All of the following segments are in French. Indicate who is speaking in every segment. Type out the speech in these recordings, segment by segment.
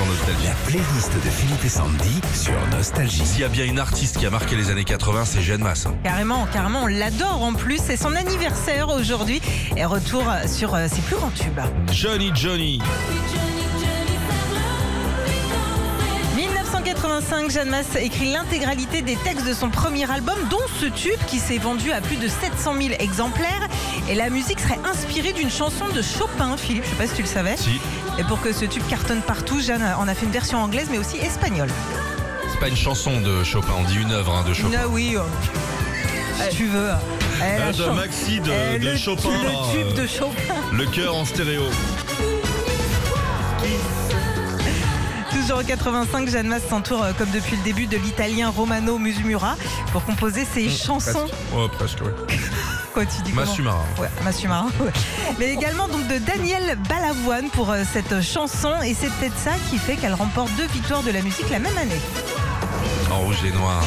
Speaker 1: Nostalgie.
Speaker 2: La playlist de Philippe et Sandy sur Nostalgie.
Speaker 1: S'il y a bien une artiste qui a marqué les années 80, c'est Jeanne Masse.
Speaker 3: Carrément, carrément, on l'adore en plus. C'est son anniversaire aujourd'hui. Et retour sur euh, ses plus grands tubes.
Speaker 1: Johnny Johnny.
Speaker 3: 1985, Jeanne Masse écrit l'intégralité des textes de son premier album, dont ce tube qui s'est vendu à plus de 700 000 exemplaires. Et la musique serait inspirée d'une chanson de Chopin, Philippe, je sais pas si tu le savais.
Speaker 1: Si,
Speaker 3: Et pour que ce tube cartonne partout, Jeanne en a fait une version anglaise mais aussi espagnole.
Speaker 1: c'est pas une chanson de Chopin, on dit une œuvre hein, de Chopin.
Speaker 3: Ah oui, euh, si tu veux. Eh, la
Speaker 1: Ah,
Speaker 3: chan-
Speaker 1: d'un maxi de,
Speaker 3: eh,
Speaker 1: de
Speaker 3: le,
Speaker 1: Chopin. là,
Speaker 3: le tube
Speaker 1: euh,
Speaker 3: de Chopin.
Speaker 1: le cœur en stéréo.
Speaker 3: Toujours en 85, Jeanne Masse s'entoure, euh, comme depuis le début, de l'italien Romano Musumura pour composer ses chansons.
Speaker 1: Presque. Ouais, presque, ouais.
Speaker 3: Quoi, tu dis comment
Speaker 1: Massumara.
Speaker 3: Ouais, Massumara, ouais. Mais également donc de Daniel Balavoine pour euh, cette chanson. Et c'est peut-être ça qui fait qu'elle remporte deux victoires de la musique la même année.
Speaker 1: En rouge et noir.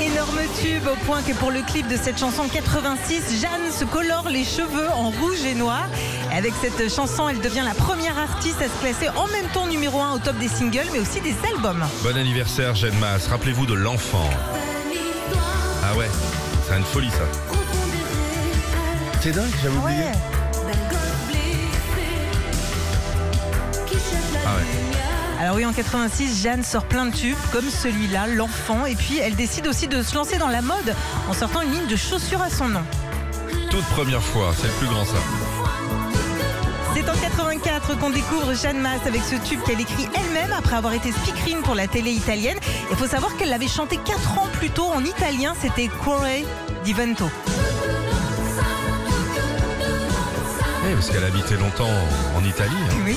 Speaker 3: Énorme tube au point que pour le clip de cette chanson 86, Jeanne se colore les cheveux en rouge et noir. Avec cette chanson, elle devient la première artiste à se classer en même temps numéro 1 au top des singles, mais aussi des albums.
Speaker 1: Bon anniversaire, Jeanne Masse. Rappelez-vous de l'enfant. Ah ouais, c'est une folie ça. C'est dingue, j'avais
Speaker 3: Ouais.
Speaker 1: Ah ouais.
Speaker 3: Alors oui, en 86, Jeanne sort plein de tubes, comme celui-là, l'enfant. Et puis, elle décide aussi de se lancer dans la mode en sortant une ligne de chaussures à son nom.
Speaker 1: Toute première fois, c'est le plus grand ça.
Speaker 3: C'est en 84 qu'on découvre Jeanne Masse avec ce tube qu'elle écrit elle-même après avoir été speakerine pour la télé italienne. Il faut savoir qu'elle l'avait chanté 4 ans plus tôt en italien, c'était Cuore di Vento.
Speaker 1: Eh, parce qu'elle habitait longtemps en Italie. hein.
Speaker 3: Oui.